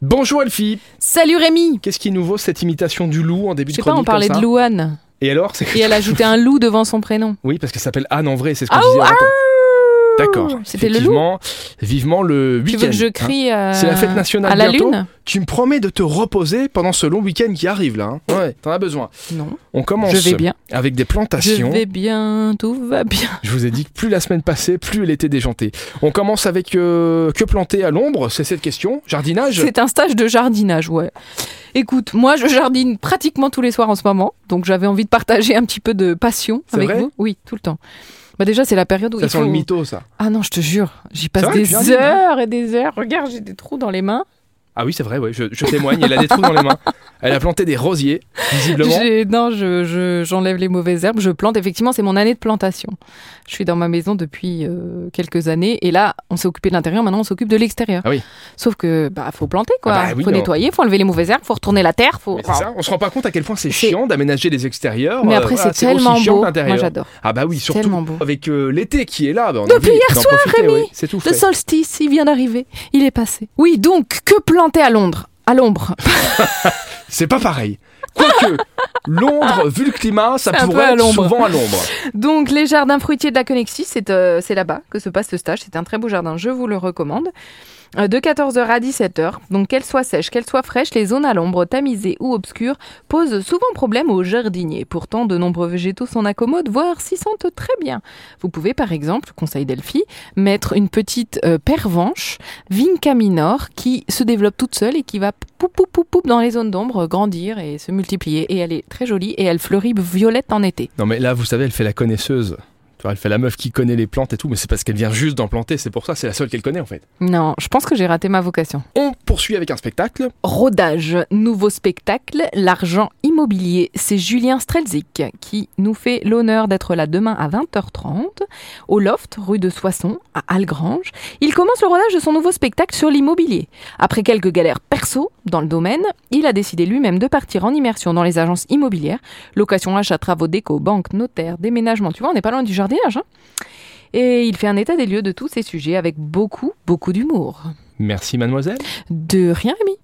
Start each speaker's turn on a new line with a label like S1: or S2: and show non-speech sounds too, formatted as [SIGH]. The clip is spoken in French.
S1: Bonjour Elfie
S2: Salut Rémi
S1: Qu'est-ce qui nous vaut cette imitation du loup en début
S2: Je
S1: de
S2: sais pas,
S1: chronique
S2: on parlait
S1: comme ça
S2: de Louane.
S1: Et alors c'est-
S2: Et elle ajoutait un loup devant son prénom.
S1: Oui, parce qu'elle s'appelle Anne en vrai, c'est ce qu'on
S2: Ah,
S1: disait.
S2: ouh,
S1: à l'antenne. D'accord.
S2: C'était le
S1: Effectivement, Vivement le
S2: Tu
S1: week-end.
S2: veux que je
S1: hein.
S2: crie euh,
S1: C'est la fête nationale
S2: à la
S1: bientôt.
S2: lune
S1: Tu me promets de te reposer pendant ce long week-end qui arrive là. hein. Ouais, t'en as besoin.
S2: Non.
S1: On commence
S2: Je vais bien.
S1: avec des
S2: Je
S1: plantations.
S2: vais bien, tout va bien.
S1: Je vous ai dit que plus la semaine passée, plus elle était déjantée. On commence avec euh, que planter à l'ombre, c'est cette question. Jardinage.
S2: C'est un stage de jardinage, ouais. Écoute, moi je jardine pratiquement tous les soirs en ce moment, donc j'avais envie de partager un petit peu de passion
S1: C'est
S2: avec
S1: vrai
S2: vous. Oui, tout le temps. Bah déjà, c'est la période où
S1: Ça
S2: il
S1: sent
S2: faut...
S1: le mytho ça.
S2: Ah non, je te jure, j'y passe
S1: C'est vrai, tu
S2: des
S1: jardines, hein.
S2: heures et des heures. Regarde, j'ai des trous dans les mains.
S1: Ah oui, c'est vrai, ouais, je, je témoigne, elle a des trous dans les mains. Elle a planté des
S2: [LAUGHS]
S1: rosiers, visiblement.
S2: J'ai- Non, je- je- j'enlève les mauvaises herbes, je plante. Effectivement, c'est mon année de plantation. Je suis dans ma maison depuis euh, quelques années et là, on s'est occupé de l'intérieur, maintenant on s'occupe de l'extérieur.
S1: Ah oui.
S2: Sauf que bah faut planter quoi,
S1: Ah bah oui,
S2: faut
S1: non.
S2: nettoyer, faut enlever les mauvaises herbes, faut retourner la terre, faut.
S1: Mais c'est ça, on se rend pas compte à quel point Oh, c'est
S2: C'est-
S1: chiant d'aménager les extérieurs.
S2: Mais
S1: euh,
S2: après,
S1: voilà,
S2: c'est
S1: aussi
S2: tellement
S1: chiant
S2: beau.
S1: que
S2: Moi,
S1: l'intérieur.
S2: j'adore.
S1: Ah bah oui,
S2: C'est
S1: surtout
S2: tellement beau.
S1: avec euh, l'été qui est là. bah, on a
S2: Depuis
S1: envie
S2: hier
S1: d'en
S2: soir,
S1: profiter,
S2: Rémi.
S1: ouais, C'est tout
S2: Le
S1: frais.
S2: solstice, il vient d'arriver. Il est passé. Oui, donc, que planter à Londres À l'ombre.
S1: C'est pas pareil. Quoique, Londres, vu le climat, ça
S2: C'est un peu
S1: pourrait
S2: à
S1: être
S2: l'ombre.
S1: souvent à l'ombre.
S2: Donc, les jardins fruitiers de la Connexie, c'est euh, c'est là-bas que se passe ce stage. C'est un très beau jardin, je vous le recommande. Euh, De 14h à 17h, donc qu'elles soient sèches, qu'elles soient fraîches, les zones à l'ombre, tamisées ou obscures, posent souvent problème aux jardiniers. Pourtant, de nombreux végétaux s'en accommodent, voire s'y sentent très bien. Vous pouvez, par exemple, conseil d'Elfie, mettre une petite euh, pervenche, Vinca minor, qui se développe toute seule et qui va pou pou pou pou dans les zones d'ombre, euh, grandir et se multiplier. Et elle est très jolie et elle fleurit violette en été.
S1: Non mais là, vous savez, elle fait la connaisseuse. Tu vois, elle fait la meuf qui connaît les plantes et tout, mais c'est parce qu'elle vient juste d'en planter, c'est pour ça, c'est la seule qu'elle connaît en fait.
S2: Non, je pense que j'ai raté ma vocation.
S1: On poursuit avec un spectacle.
S2: Rodage, nouveau spectacle, l'argent immobilier. C'est Julien Strelzik qui nous fait l'honneur d'être là demain à 20h30 au Loft, rue de Soissons, à Algrange. Il commence le rodage de son nouveau spectacle sur l'immobilier. Après quelques galères perso dans le domaine, il a décidé lui-même de partir en immersion dans les agences immobilières, location, achat, travaux, déco, banque, notaire, déménagement. Tu vois, on n'est pas loin du jardinage. hein. Et il fait un état des lieux de tous ces sujets avec beaucoup, beaucoup d'humour.
S1: Merci mademoiselle.
S2: De rien, Rémi.